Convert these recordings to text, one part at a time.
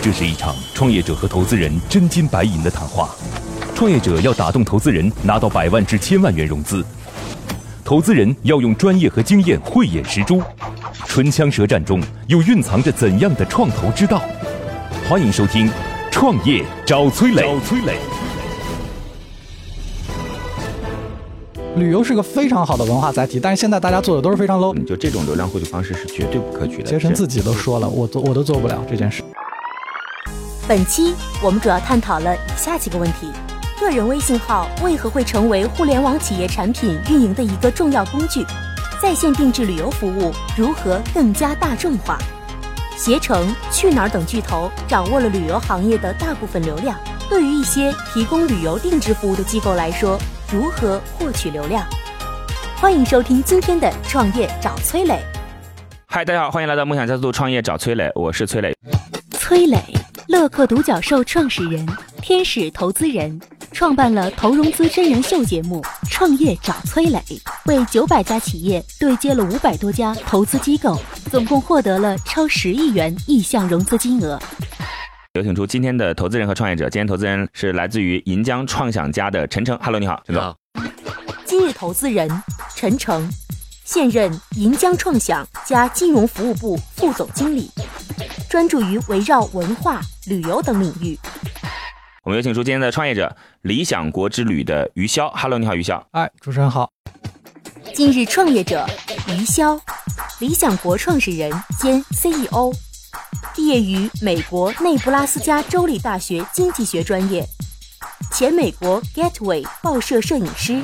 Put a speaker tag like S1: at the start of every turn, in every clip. S1: 这是一场创业者和投资人真金白银的谈话。创业者要打动投资人，拿到百万至千万元融资；投资人要用专业和经验慧眼识珠。唇枪舌战中，又蕴藏着怎样的创投之道？欢迎收听《创业找崔磊》。
S2: 找崔磊。
S3: 旅游是个非常好的文化载体，但是现在大家做的都是非常 low，
S4: 嗯就这种流量获取方式是绝对不可取的。
S3: 杰森
S4: 是
S3: 自己都说了，我做我都做不了这件事。
S5: 本期我们主要探讨了以下几个问题：个人微信号为何会成为互联网企业产品运营的一个重要工具？在线定制旅游服务如何更加大众化？携程、去哪儿等巨头掌握了旅游行业的大部分流量，对于一些提供旅游定制服务的机构来说，如何获取流量？欢迎收听今天的《创业找崔磊》。
S4: 嗨，大家好，欢迎来到梦想加速度创业找崔磊，我是崔磊。
S5: 崔磊，乐客独角兽创始人，天使投资人，创办了投融资真人秀节目《创业找崔磊》，为九百家企业对接了五百多家投资机构，总共获得了超十亿元意向融资金额。
S4: 有请出今天的投资人和创业者。今天投资人是来自于银江创想家的陈诚。Hello，你好，陈总。
S2: 啊，
S5: 今日投资人陈诚，现任银江创想加金融服务部副总经理，专注于围绕文化、旅游等领域。
S4: 我们有请出今天的创业者理想国之旅的于潇。Hello，你好，于潇。
S3: 哎，主持人好，
S5: 今日创业者于潇，理想国创始人兼 CEO，毕业于美国内布拉斯加州立大学经济学专业，前美国 Gateway 报社摄影师，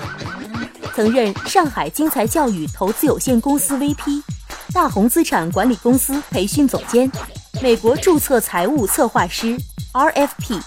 S5: 曾任上海精彩教育投资有限公司 VP、大红资产管理公司培训总监，美国注册财务策划师 RFP。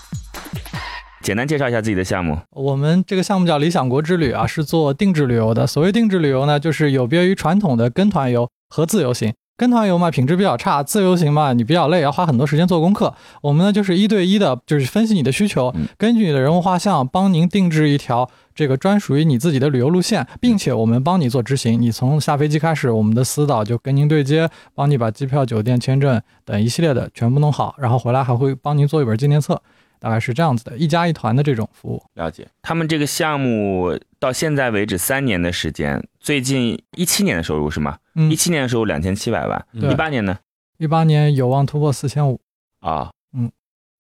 S4: 简单介绍一下自己的项目。
S3: 我们这个项目叫理想国之旅啊，是做定制旅游的。所谓定制旅游呢，就是有别于传统的跟团游和自由行。跟团游嘛，品质比较差；自由行嘛，你比较累，啊要花很多时间做功课。我们呢，就是一对一的，就是分析你的需求，根据你的人物画像，帮您定制一条这个专属于你自己的旅游路线，并且我们帮你做执行。你从下飞机开始，我们的私导就跟您对接，帮你把机票、酒店、签证等一系列的全部弄好，然后回来还会帮您做一本纪念册，大概是这样子的，一家一团的这种服务。
S4: 了解。他们这个项目到现在为止三年的时间，最近一七年的收入是吗？
S3: 嗯
S4: 一七年的收入两千七百万，
S3: 对
S4: 一八年呢？
S3: 一八年有望突破四千五。
S4: 啊、
S3: 嗯，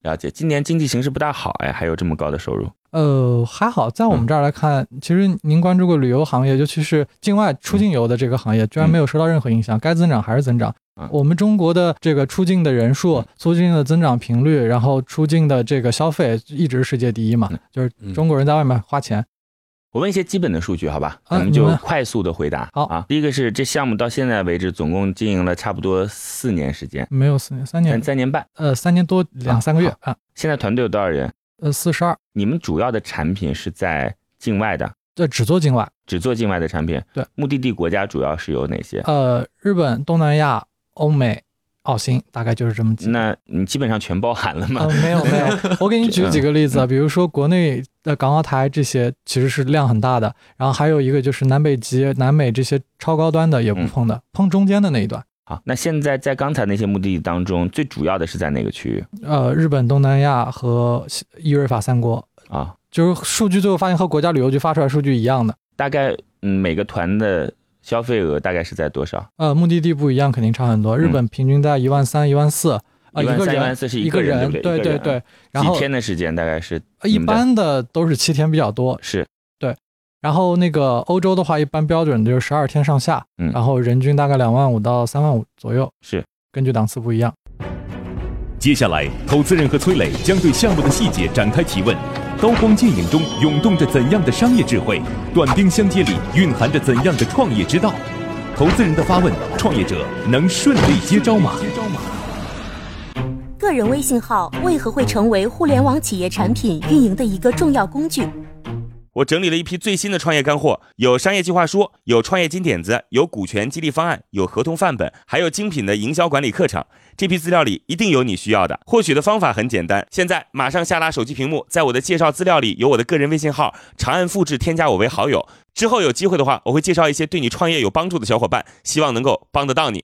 S4: 了解。今年经济形势不大好，哎，还有这么高的收入。
S3: 呃，还好，在我们这儿来看，其实您关注过旅游行业，尤其是境外出境游的这个行业，居然没有受到任何影响，该增长还是增长
S4: 嗯。
S3: 我们中国的这个出境的人数、出境的增长频率，然后出境的这个消费一直是世界第一嘛
S4: 嗯，
S3: 就是中国人在外面花钱。
S4: 我问一些基本的数据，好吧？
S3: 啊
S4: 咱们
S3: 你
S4: 就
S3: 问
S4: 快速的回答。
S3: 好
S4: 啊，第一个是这项目到现在为止总共经营了差不多四年时间，
S3: 没有四年，三
S4: 三
S3: 年，
S4: 三年半。
S3: 呃，三年多两三个月啊，
S4: 现在团队有多少人？
S3: 呃，四十二，
S4: 你们主要的产品是在境外的，
S3: 这只做境外，
S4: 只做境外的产品。
S3: 对，
S4: 目的地国家主要是有哪些？
S3: 呃，日本、东南亚、欧美、澳新，大概就是这么几个。
S4: 那你基本上全包含了吗？
S3: 呃，没有 没有，我给你举几个例子啊，比如说国内的港澳台这些其实是量很大的，然后还有一个就是南北极、南美这些超高端的也
S4: 嗯
S3: 不碰的，碰中间的那一段，
S4: 好，那现在在刚才那些目的地当中，最主要的是在哪个区域
S3: 呃，日本、东南亚和西伊瑞法三国，
S4: 啊？
S3: 就是数据最后发现和国家旅游局发出来数据一样的，
S4: 大概嗯每个团的消费额大概是在多少？
S3: 呃，目的地不一样，肯定差很多，日本平均在一万三、一万四。啊，一个
S4: 13,000
S3: 人
S4: 14,000是一
S3: 一
S4: 个人
S3: 人，
S4: 对不对
S3: 对
S4: 一个
S3: 对
S4: 人啊
S3: 对。然后
S4: 几天的时间大概是
S3: 呃一
S4: 你们的
S3: 般的都是七天比较多，
S4: 是
S3: 然后那个欧洲的话，一般标准就是十二天上下，
S4: 嗯
S3: 然后人均大概两万五到三万五左右，
S4: 是
S3: 根据档次不一样。
S1: 接下来，投资人和崔磊将对项目的细节展开提问。刀光剑影中涌动着怎样的商业智慧？短兵相接里蕴含着怎样的创业之道？投资人的发问，创业者能顺利接招吗？
S5: 个人微信号为何会成为互联网企业产品运营的一个重要工具？
S6: 我整理了一批最新的创业干货，有商业计划书，有创业金点子，有股权激励方案，有合同范本，还有精品的营销管理课程。这批资料里一定有你需要的。获取的方法很简单，现在马上下拉手机屏幕，在我的介绍资料里有我的个人微信号，长按复制添加我为好友。之后有机会的话，我会介绍一些对你创业有帮助的小伙伴，希望能够帮得到你。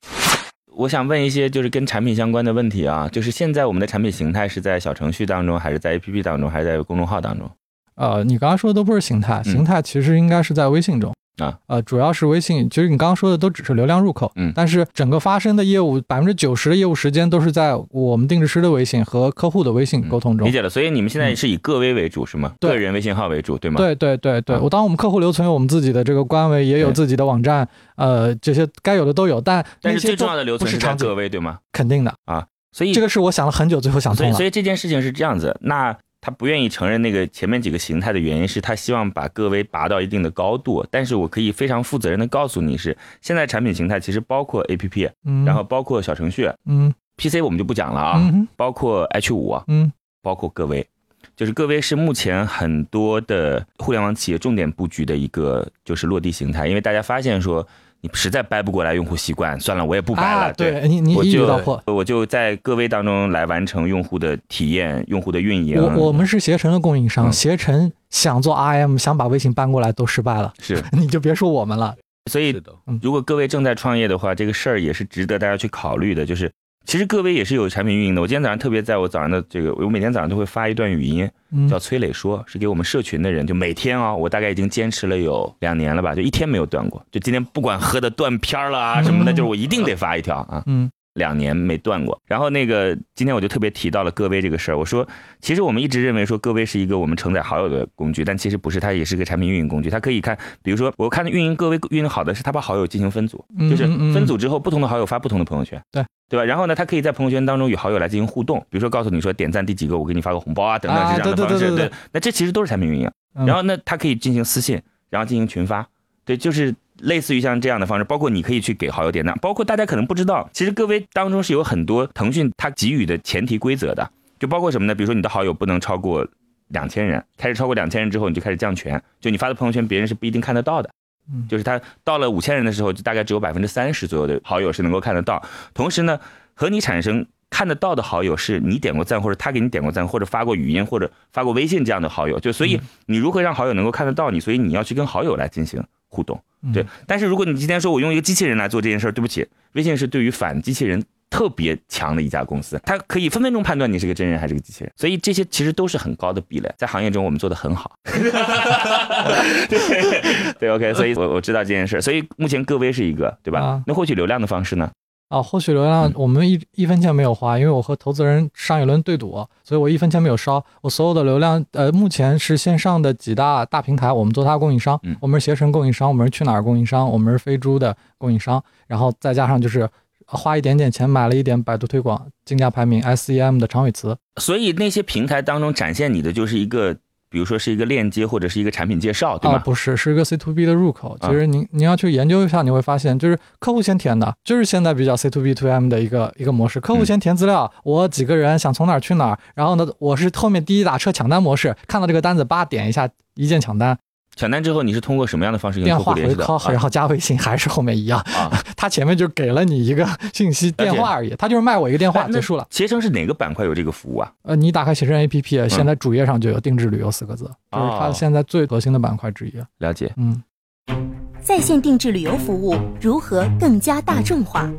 S4: 我想问一些就是跟产品相关的问题啊，就是现在我们的产品形态是在小程序当中，还是在 APP 当中，还是在公众号当中？
S3: 呃，你刚刚说的都不是形态，
S4: 嗯
S3: 形态其实应该是在微信中
S4: 啊，
S3: 呃，主要是微信，其实你刚刚说的都只是流量入口，
S4: 嗯
S3: 但是整个发生的业务百分之九十的业务时间都是在我们定制师的微信和客户的微信嗯沟通中
S4: 嗯
S3: 嗯
S4: 理。解了，所以你们现在是以个微为主是吗？
S3: 对
S4: 个人微信号为主，对吗？
S3: 对对对对，
S4: 啊
S3: 我当我们客户留存有我们自己的这个官微，也有
S4: 对
S3: 自己的网站，呃，这些该有的都有，但
S4: 但
S3: 那
S4: 是
S3: 些
S4: 最重
S3: 都
S4: 要的留
S3: 不
S4: 存
S3: 是
S4: 在嗯
S3: 场景
S4: 个微，对吗？
S3: 肯定的，
S4: 所以
S3: 这个是我想了很久，最后想
S4: 所
S3: 通
S4: 以
S3: 了
S4: 所。以这件事情是这样子，那他不愿意承认那个前面几个形态的原因是他希望把个微拔到一定的高度，但是我可以非常负责任的告诉你是，现在产品形态其实包括 A P P，
S3: 嗯，
S4: 然后包括小程序
S3: 嗯
S4: P C 我们就不讲了啊，
S3: 嗯哼
S4: 包括 H 五啊，
S3: 嗯
S4: 包括个微，就是个微是目前很多的互联网企业重点布局的一个就是落地形态，因为大家发现说你实在掰不过来用户习惯，算了，我也不掰了，
S3: 啊，对你你
S4: 我
S3: 一语
S4: 就
S3: 道破。
S4: 我就在各位当中来完成用户的体验、用户的运营。
S3: 我我们是携程的供应商，
S4: 啊嗯
S3: 携程想做 RM，想把微信搬过来都失败了，
S4: 是，
S3: 你就别说我们了。
S4: 所以
S2: 是的，
S4: 如果各位正在创业的话，这个事儿也是值得大家去考虑的。就是其实各位也是有产品运营的。我今天早上特别在我早上的这个，我每天早上都会发一段语音，
S3: 嗯
S4: 叫崔磊说，是给我们社群的人，就每天啊、我大概已经坚持了有两年了吧，就一天没有断过。就今天不管喝的断片儿了啊什么的，
S3: 嗯
S4: 就是我一定得发一条啊。
S3: 嗯
S4: 两年没断过。然后那个今天我就特别提到了各微这个事儿，我说其实我们一直认为说各微是一个我们承载好友的工具，但其实不是，它也是个产品运营工具。它可以看，比如说我看运营各微运营好的是它把好友进行分组，
S3: 嗯
S4: 就是
S3: 嗯嗯
S4: 分组之后不同的好友发不同的朋友圈，
S3: 对
S4: 对吧？然后呢，它可以在朋友圈当中与好友来进行互动，比如说告诉你说点赞第几个我给你发个红包啊等等
S3: 啊
S4: 是这样的
S3: 对对
S4: 方式。
S3: 对对对，
S4: 那这其实都是产品运营。
S3: 嗯
S4: 然后呢，它可以进行私信，然后进行群发，对，就是类似于像这样的方式，包括你可以去给好友点赞，包括大家可能不知道，其实各位当中是有很多腾讯它给予的前提规则的，就包括什么呢？比如说你的好友不能超过两千人，开始超过两千人之后，你就开始降权，就你发的朋友圈别人是不一定看得到的。
S3: 嗯
S4: 就是他到了五千人的时候，就大概只有百分之三十左右的好友是能够看得到。同时呢，和你产生看得到的好友是你点过赞，或者他给你点过赞，或者发过语音，或者发过微信这样的好友。就所
S3: 嗯
S4: 以你如何让好友能够看得到你，所以你要去跟好友来进行互动。对
S3: 嗯，
S4: 但是如果你今天说我用一个机器人来做这件事儿，对不起，微信是对于反机器人特别强的一家公司，它可以分分钟判断你是个真人还是个机器人，所以这些其实都是很高的壁垒，在行业中我们做的很好。 对对，OK，所以我我知道这件事，所以目前各微是一个，对吧
S3: 啊？
S4: 那获取流量的方式呢？
S3: 啊，获取流量
S4: 嗯
S3: 我们一一分钱没有花，因为我和投资人上一轮对赌，所以我一分钱没有烧。我所有的流量，呃，目前是线上的几大大平台，我们做它供应商
S4: 嗯，
S3: 我们是携程供应商，我们是去哪儿供应商，我们是飞猪的供应商，然后再加上就是花一点点钱买了一点百度推广、竞价排名、SEM 的常语词，
S4: 所以那些平台当中展现你的就是一个，比如说是一个链接或者是一个产品介绍，对
S3: 啊，
S4: 吗？
S3: 不是，是一个 C to B 的入口。
S4: 啊
S3: 其实您您要去研究一下，你会发现，就是客户先填的，就是现在比较 C to B to M 的一个一个模式。客户先填资料，
S4: 嗯
S3: 我几个人想从哪儿去哪儿，然后呢，我是后面滴滴打车抢单模式，看到这个单子叭点一下，一键抢单，
S4: 抢单之后你是通过什么样的方式跟
S3: 电
S4: 客户
S3: 话
S4: 联
S3: 回
S4: 系的？
S3: call，然后加微信，还是后面一样，
S4: 啊，啊
S3: 他前面就给了你一个信息电话而已，他就是卖我一个电
S4: 哎
S3: 话
S4: 那
S3: 结束了。
S4: 携程是哪个板块有这个服务啊？
S3: 呃，你打开携程 APP，现在
S4: 嗯
S3: 主页上就有定制旅游四个字，就是它
S4: 哦
S3: 现在最核心的板块之一。
S4: 了解。
S3: 嗯，
S5: 在线定制旅游服务如何更加大众化？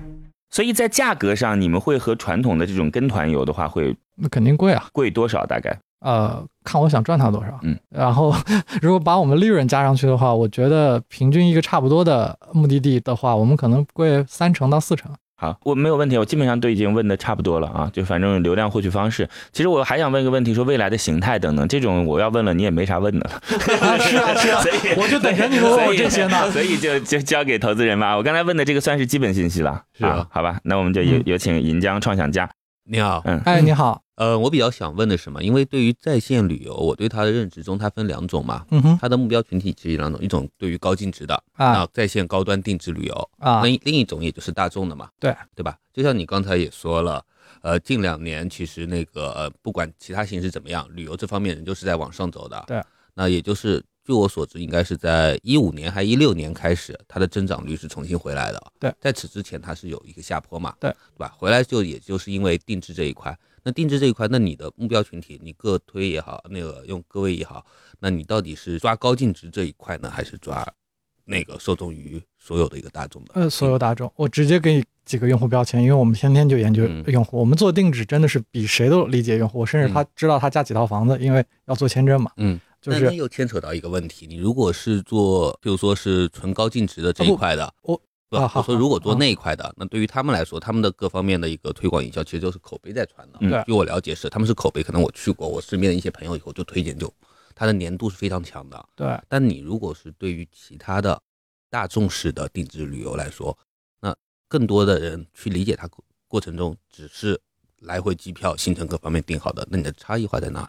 S4: 所以在价格上，你们会和传统的这种跟团游的话会
S3: 那肯定贵啊。
S4: 贵多少？大概
S3: 呃，看我想赚它多少。
S4: 嗯，
S3: 然后 如果把我们利润加上去的话，我觉得平均一个差不多的目的地的话，我们可能贵三成到四成。
S4: 好，我没有问题，我基本上都已经问的差不多了啊。就反正流量获取方式，其实我还想问一个问题，说未来的形态等等，这种我要问了你也没啥问的了。
S3: 是啊，是啊
S4: 所以
S3: 我就等着你们问我这些呢。
S4: 所以就就交给投资人吧。我刚才问的这个算是基本信息了，
S2: 是啊
S4: 好吧？那我们就有
S3: 嗯
S4: 有请银江创想家，
S2: 你好，
S4: 嗯
S3: 哎，你好，
S2: 呃，我比较想问的是什么？因为对于在线旅游，我对它的认知中，它分两种嘛，
S3: 嗯哼，
S2: 它的目标群体其实有两种，一种对于高净值的，那
S3: 啊
S2: 在线高端定制旅游，
S3: 啊
S2: 那，另一种也就是大众的嘛，
S3: 对
S2: 对吧？就像你刚才也说了，呃，近两年其实那个、呃、不管其他形式怎么样，旅游这方面人就是在往上走的，
S3: 对。
S2: 那也就是据我所知，应该是在一五年还一六年开始，它的增长率是重新回来的，
S3: 对。
S2: 在此之前它是有一个下坡嘛，
S3: 对，
S2: 对吧？回来就也就是因为定制这一块。那定制这一块，那你的目标群体，你各推也好，那个用各位也好，那你到底是抓高净值这一块呢，还是抓那个受众于所有的一个大众的。
S3: 呃，所有大众，我直接给你几个用户标签，因为我们天天就研究
S4: 嗯
S3: 用户，我们做定制真的是比谁都理解用户，甚至他知道他家几套房子，因为要做签证嘛，
S2: 嗯，
S3: 就
S2: 但那
S3: 是
S2: 又牵扯到一个问题，你如果是做，譬如说是纯高净值的这一块的，
S3: 啊不我
S2: 不，
S3: 啊好
S2: 我说
S3: 好
S2: 如果做
S3: 好
S2: 那一块的，那对于他们来说，他们的各方面的一个推广营销，其实就是口碑在传的。
S4: 嗯
S3: 对
S2: 据我了解是，他们是口碑，可能我去过，我身边的一些朋友以后就推荐就，它的粘度是非常强的。
S3: 对，
S2: 但你如果是对于其他的大众式的定制旅游来说，那更多的人去理解它过过程中，只是来回机票、行程各方面定好的，那你的差异化在哪？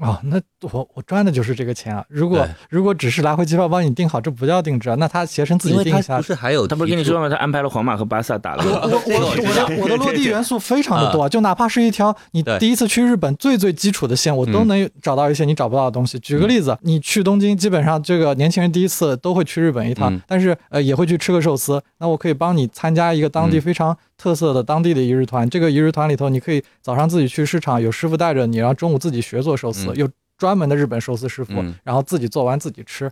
S3: 啊，那我我赚的就是这个钱啊！如果
S2: 对
S3: 如果只是来回机票帮你订好，这不叫定制啊，那他携程自
S2: 因
S3: 己
S2: 为
S3: 定
S2: 它
S3: 一下
S2: 不。是还有
S4: 他不是
S2: 提
S4: 跟你
S2: 出
S4: 说吗？他安排了皇马和巴萨打了
S3: 我
S4: 个
S3: 我我
S2: 这个
S3: 我的 我的落地元素非常的多，就哪怕是一条你
S2: 啊对嗯
S3: 第一次去日本最最基础的线，我都能找到一些你找不到的东西。举个例子，你去东京，基本上这个年轻人第一次都会去日本一趟
S2: 嗯，
S3: 但是呃也会去吃个寿司。那我可以帮你参加一个当地
S2: 嗯
S3: 非常特色的当地的一日团，这个一日团里头，你可以早上自己去市场，有师傅带着你，然后中午自己学做寿司，
S2: 嗯
S3: 有专门的日本寿司师傅
S2: 嗯，
S3: 然后自己做完自己吃。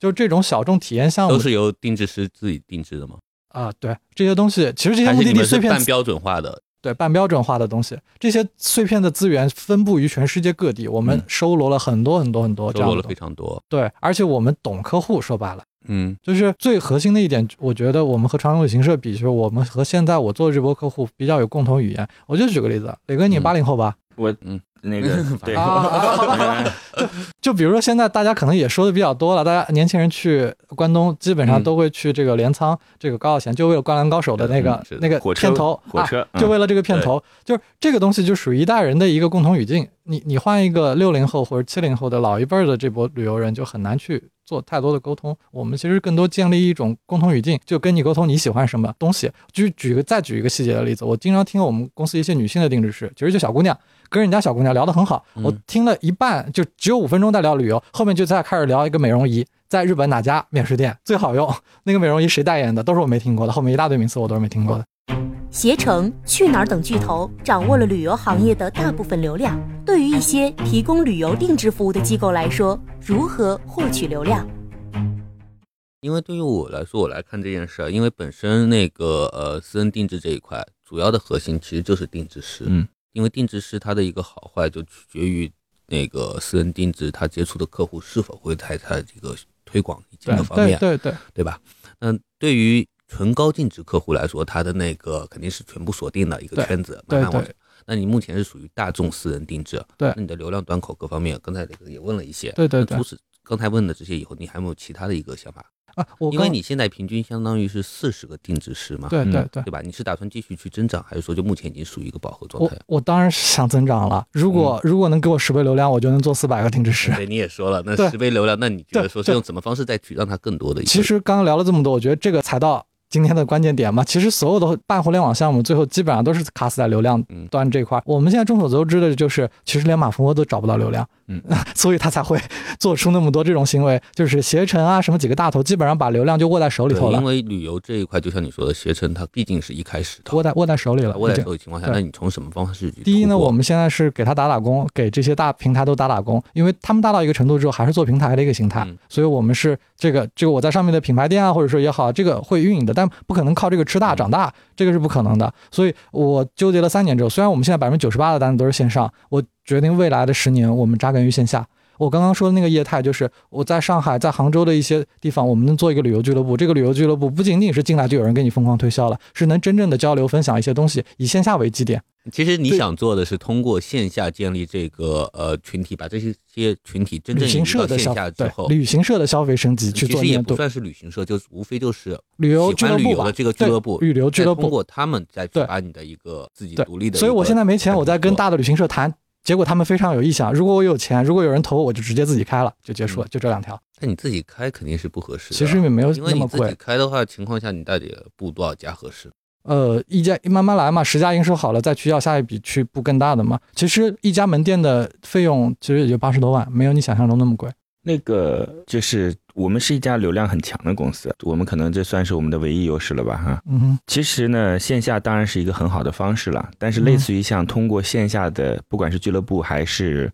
S3: 就这种小众体验项目
S2: 都是由定制师自己定制的吗？
S3: 啊，对这些东西，其实这些
S2: 还
S3: 目
S2: 是
S3: 的
S2: 你
S3: 地
S2: 们
S3: 碎
S2: 是
S3: 片
S2: 半标准化的？
S3: 对半标准化的东西，这些碎片的资源分布于全世界各地，我们
S2: 嗯
S3: 收罗了很多很多很多
S2: 收
S3: 这样
S2: 罗
S3: 的
S2: 了
S3: 东
S2: 非
S3: 西。
S2: 常多。
S3: 对，而且我们懂客户，说白了
S2: 嗯
S3: 就是最核心的一点。我觉得我们和长城旅行社比，就是我们和现在我做这波客户比较有共同语言。我就举个例子，磊哥，你
S2: 嗯
S3: 八零后吧？
S4: 那个对
S3: 啊啊啊好吧好吧就比如说现在大家可能也说的比较多了，大家年轻人去关东基本上
S2: 嗯
S3: 都会去这个镰仓、这个高岛县，就为了《灌篮高手》的那个
S2: 嗯是的
S3: 那个
S4: 火车
S3: 片头，
S4: 火车
S3: 啊
S4: 嗯
S3: 就为了这个片头，就是这个东西就属于一代人的一个共同语境。你你换一个六零后或者七零后的老一辈儿的这波旅游人，就很难去做太多的沟通。我们其实更多建立一种共同语境，就跟你沟通你喜欢什么东西。就举个再举一个细节的例子，我经常听我们公司一些女性的定制师，其实就小姑娘。跟人家小姑娘聊得很好，
S4: 嗯
S3: 我听了一半就只有五分钟在聊旅游，后面就在开始聊一个美容仪，在日本哪家免税店最好用，那个美容仪谁代言的，都是我没听过的，后面一大堆名词我都是没听过的。
S5: 携程、去哪儿等巨头掌握了旅游行业的大部分流量。对于一些提供旅游定制服务的机构来说，如何获取流量？
S2: 因为对于我来说，我来看这件事儿，啊因为本身那个呃私人定制这一块，主要的核心其实就是定制师。
S4: 嗯，
S2: 因为定制师他的一个好坏就取决于那个私人定制他接触的客户是否会在他这个推广以及各方
S3: 对
S2: 面，
S3: 对对，
S2: 对吧？嗯，对于纯高净值客户来说，他的那个肯定是全部锁定的一个
S3: 对
S2: 圈子，
S3: 对
S2: 慢慢往
S3: 对
S2: 那你目前是属于大众私人定制，
S3: 对
S2: 那你的流量端口各方面，刚才那个也问了一些，
S3: 对对对
S2: 那除此刚才问的这些以后，你还有没有其他的一个想法？
S3: 啊，我
S2: 因为
S3: 刚
S2: 你现在平均相当于是四十个定制师嘛，
S3: 对对对。
S2: 吧？你是打算继续去增长，还是说就目前已经属于一个饱和状
S3: 我
S2: 态？
S3: 我当然是想增长了，如果、
S2: 嗯
S3: 如果能给我十倍流量，我就能做四百个定制师。
S2: 对，你也说了，那
S3: 对
S2: 十倍流量，那你觉
S3: 对
S2: 得说是
S3: 对
S2: 用什么方式再去让它更多的一个？
S3: 其实刚刚聊了这么多，我觉得这个才到今天的关键点嘛。其实所有的半互联网项目最后基本上都是卡死在流量
S2: 嗯
S3: 端这块儿。我们现在众所周知的就是，其实连马蜂窝都找不到流量，
S4: 嗯，
S3: 所以他才会做出那么多这种行为，就是携程啊什么几个大头，基本上把流量就握在手里头
S2: 对，
S3: 了
S2: 因，为旅游这一块，就像你说的，携程它毕竟是一开始的，
S3: 握在握在手里了。
S2: 握在
S3: 已经
S2: 手的情况下，
S3: 对
S2: 那你从什么方式去突破？
S3: 第一呢，我们现在是给他打打工，给这些大平台都打打工，因为他们大到一个程度之后，还是做平台的一个形态，
S2: 嗯
S3: 所以我们是这个这个我在上面的品牌店啊，或者说也好，这个会运营的，但不可能靠这个吃大长
S2: 嗯
S3: 大，这个是不可能的。所以我纠结了三年之后，虽然我们现在百分之九十八的单子都是线上，我决定未来的十年我们扎根于线下。我刚刚说的那个业态，就是我在上海、在杭州的一些地方，我们能做一个旅游俱乐部。这个旅游俱乐部不仅仅是进来就有人给你疯狂推销了，是能真正的交流、分享一些东西，以线下为基点。
S2: 其实你
S3: 对
S2: 想做的是通过线下建立这个呃群体，把这些些群体真
S3: 旅
S2: 正
S3: 行
S2: 引
S3: 社
S2: 入到
S3: 的消
S2: 线下之
S3: 对
S2: 后，
S3: 旅行社的消费升级去
S2: 其
S3: 做
S2: 实也
S3: 年
S2: 不
S3: 度
S2: 算是旅行社，就是无非就是
S3: 旅游
S2: 喜
S3: 俱乐
S2: 欢旅
S3: 部
S2: 游
S3: 吧
S2: 的这个俱乐部
S3: 对，旅游俱乐
S2: 再通
S3: 部
S2: 过他们再去
S3: 对
S2: 把你的一个自己
S3: 对
S2: 独立的一个产品做，
S3: 所以我现在没钱，我在跟大的旅行社谈结果他们非常有意向，如果我有钱，如果有人投，我就直接自己开了，就结束了，就这两条。
S2: 但你自己开肯嗯定是不合适的啊，
S3: 其实也没有
S2: 因为
S3: 那
S2: 你
S3: 么
S2: 自己
S3: 贵，
S2: 开的话，情况下你到底布多少家合适？
S3: 呃，一家慢慢来嘛，十家营收好了再去要下一笔去布更大的嘛。其实一家门店的费用其实也就八十多万，没有你想象中那么贵。
S4: 那个就是我们是一家流量很强的公司，我们可能这算是我们的唯一优势了吧？哈，
S3: 嗯哼，
S4: 其实呢，线下当然是一个很好的方式了，但是类似于像通过线下的，不管是俱乐部还是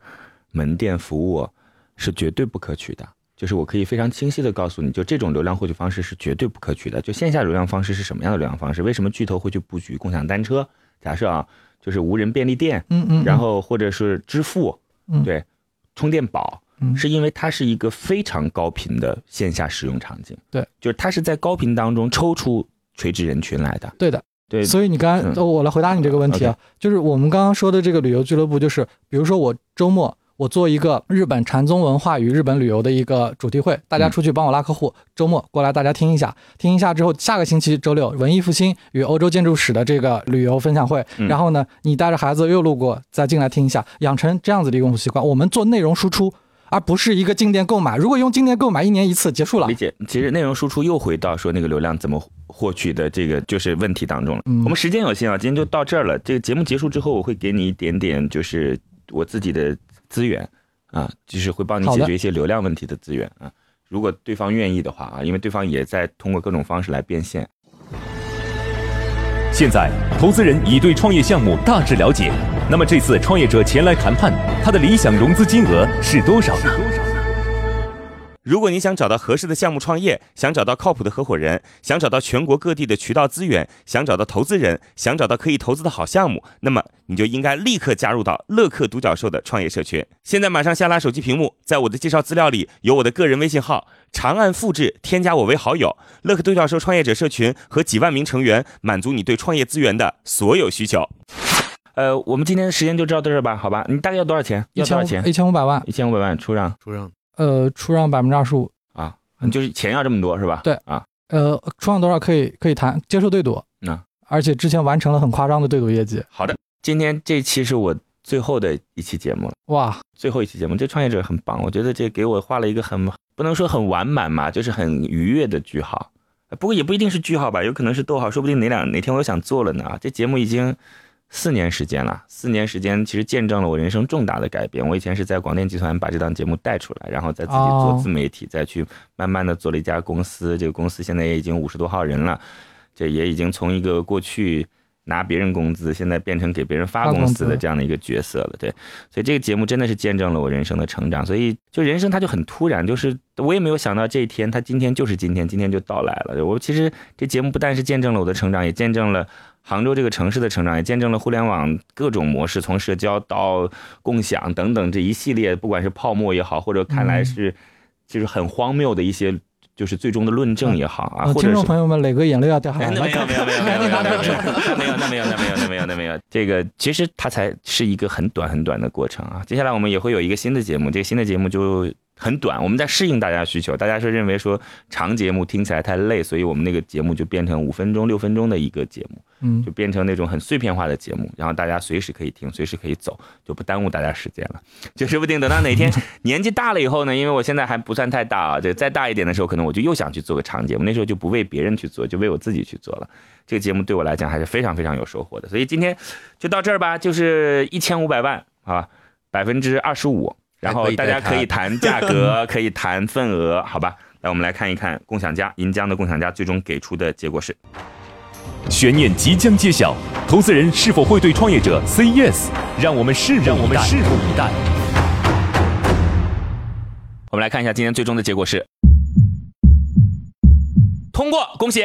S4: 门店服务，是绝对不可取的。就是我可以非常清晰的告诉你，就这种流量获取方式是绝对不可取的。就线下流量方式是什么样的流量方式？为什么巨头会去布局共享单车？假设啊，就是无人便利店，
S3: 嗯嗯，
S4: 然后或者是支付，
S3: 嗯
S4: 对，充电宝，
S3: 嗯
S4: 是因为它是一个非常高频的线下使用场景。
S3: 对，
S4: 就是它是在高频当中抽出垂直人群来的。
S3: 对的，
S4: 对，
S3: 所以你刚才、
S4: 嗯
S3: 哦我来回答你这个问题啊，就是我们刚刚说的这个旅游俱乐部，就是比如说我周末我做一个日本禅宗文化与日本旅游的一个主题会，
S4: 嗯
S3: 大家出去帮我拉客户，周末过来大家听一下，听一下之后，下个星期周六文艺复兴与欧洲建筑史的这个旅游分享会，
S4: 嗯
S3: 然后呢，你带着孩子又路过再进来听一下，养成这样子的一个用户习惯，我们做内容输出。而不是一个进店购买，如果用进店购买，一年一次结束了
S4: 理。解。其实内容输出又回到说那个流量怎么获取的这个就是问题当中了。
S3: 嗯
S4: 我们时间有限啊，今天就到这儿了。这个节目结束之后，我会给你一点点就是我自己的资源啊，就是会帮你
S3: 好的
S4: 解决一些流量问题的资源啊。如果对方愿意的话啊，因为对方也在通过各种方式来变现。
S1: 现在，投资人已对创业项目大致了解。那么这次创业者前来谈判，他的理想融资金额是多少？
S6: 如果你想找到合适的项目创业，想找到靠谱的合伙人，想找到全国各地的渠道资源，想找到投资人，想找到可以投资的好项目，那么你就应该立刻加入到乐客独角兽的创业社群。现在马上下拉手机屏幕，在我的介绍资料里有我的个人微信号，长按复制，添加我为好友。乐客独角兽创业者社群和几万名成员，满足你对创业资源的所有需求。
S4: 呃，我们今天时间就到这儿吧，好吧？你大概要多少钱？
S3: 一
S4: 要多
S3: 千
S4: 少
S3: 五
S4: 钱？
S3: 一千五百万，
S4: 一千五百万出让
S2: 出让
S3: 呃，出让百分之二十五，
S4: 啊
S3: 嗯，
S4: 就是钱要这么多是吧？
S3: 对
S4: 啊，
S3: 呃，创多少可以可以谈，接受对赌。
S4: 嗯
S3: 而且之前完成了很夸张的对赌业绩，
S4: 好的，今天这期是我最后的一期节目了，
S3: 哇，
S4: 最后一期节目，这创业者很棒，我觉得这给我画了一个很不能说很完满嘛，就是很愉悦的句号。呃不过也不一定是句号吧，有可能是逗号，说不定哪两哪天我又想做了呢啊！这节目已经四年时间了，四年时间其实见证了我人生重大的改变。我以前是在广电集团把这档节目带出来，然后再自己做
S3: 哦
S4: 自媒体，再去慢慢的做了一家公司。这个公司现在也已经五十多号人了，这也已经从一个过去拿别人工资，现在变成给别人发
S3: 发工
S4: 工资的
S3: 资
S4: 这样的一个角色了。对，所以这个节目真的是见证了我人生的成长。所以就人生它就很突然，就是我也没有想到这一天，它今天就是今天，今天就到来了。我其实这节目不但是见证了我的成长，也见证了杭州这个城市的成长，也见证了互联网各种模式，从社交到共享等等这一系列，不管是泡沫也好，或者看来
S3: 嗯
S4: 是就是很荒谬的一些，就是最终的论证也好
S3: 呃
S4: 啊，或者
S3: 听众
S4: 是
S3: 朋友们，磊哥眼泪要掉下来
S4: 哎那
S3: 了
S4: 没，有没有没有没有没有没有没有没有那没有那没有那没有那没有，这个其实它才是一个很短很短的过程啊。接下来我们也会有一个新的节目，这个新的节目就很短，我们在适应大家的需求。大家是认为说长节目听起来太累，所以我们那个节目就变成五分钟六分钟的一个节目，
S3: 嗯
S4: 就，变成那种很碎片化的节目，然后大家随时可以听，随时可以走，就不耽误大家时间了。就说不定等到哪天 年纪大了以后呢，因为我现在还不算太大啊，这再大一点的时候，可能我就又想去做个长节目，那时候就不为别人去做，就为我自己去做了。这个节目对我来讲还是非常非常有收获的，所以今天就到这儿吧，就是一千五百万啊，百分之二十五，然后大家可以谈价 格，可以谈份额，好吧？来，我们来看一看共享家银江的共享家最终给出的结果是。
S1: 悬念即将揭晓，投资人是否会对创业者 say yes？让我们拭目以待。
S4: 我们来看一下今天最终的结果是通过，恭喜！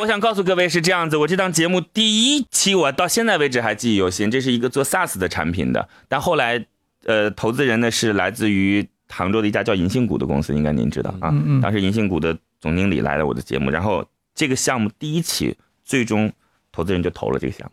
S4: 我想告诉各位是这样子，我这档节目第一期我到现在为止还记忆犹新，这是一个做 SaaS 的产品的，但后来呃，投资人呢是来自于杭州的一家叫银杏谷的公司，应该您知道啊。
S3: 嗯嗯
S4: 当时银杏谷的总经理来了我的节目，然后这个项目第一期最终投资人就投了这个项目，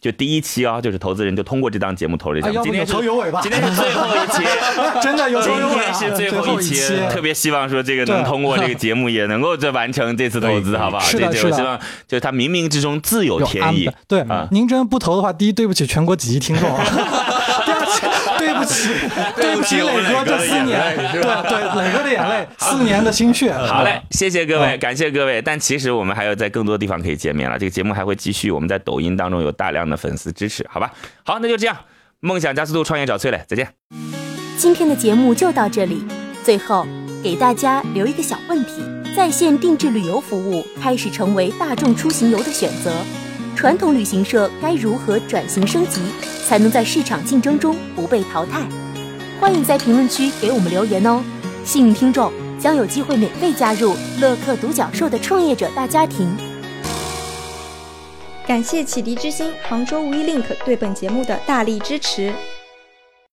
S4: 就第一期啊，就是投资人就通过这档节目投这
S3: 哎，
S4: 项目。
S3: 要不
S4: 今
S3: 有
S4: 天是
S3: 头有尾吧
S4: 今，天是最后一期，
S3: 真的有
S4: 今
S3: 头有尾啊！
S4: 天是最
S3: 后
S4: 后一期，特别希望说这个能
S3: 对
S4: 通过这个节目也能够再完成这次投资，
S6: 对
S4: 好不好？
S3: 是的
S4: 这这
S3: 是
S4: 我
S3: 的
S4: 希望就是他冥冥之中自有
S3: 有
S4: 天
S3: 安
S4: 意
S3: 排。。对
S4: 啊，
S3: 您真不投的话，第一对不起全国几亿听众， 第二对不起，对不起
S4: 对不起我
S3: 磊哥
S4: 们磊哥
S3: 这
S4: 的
S3: 四
S4: 眼
S3: 年，
S4: 泪
S3: 对对，磊哥的眼泪，四年的心血。
S4: 好嘞，谢谢各位，
S3: 嗯
S4: 感谢各位。但其实我们还有在更多地方可以见面了，这个节目还会继续。我们在抖音当中有大量的粉丝支持，好吧？好，那就这样，梦想加速度，创业找崔磊，再见。
S5: 今天的节目就到这里。最后给大家留一个小问题：在线定制旅游服务开始成为大众出行游的选择，传统旅行社该如何转型升级，才能在市场竞争中不被淘汰？欢迎在评论区给我们留言哦。幸运听众将有机会免费加入乐客独角兽的创业者大家庭。
S7: 感谢启迪之星、杭州无一 link 对本节目的大力支持。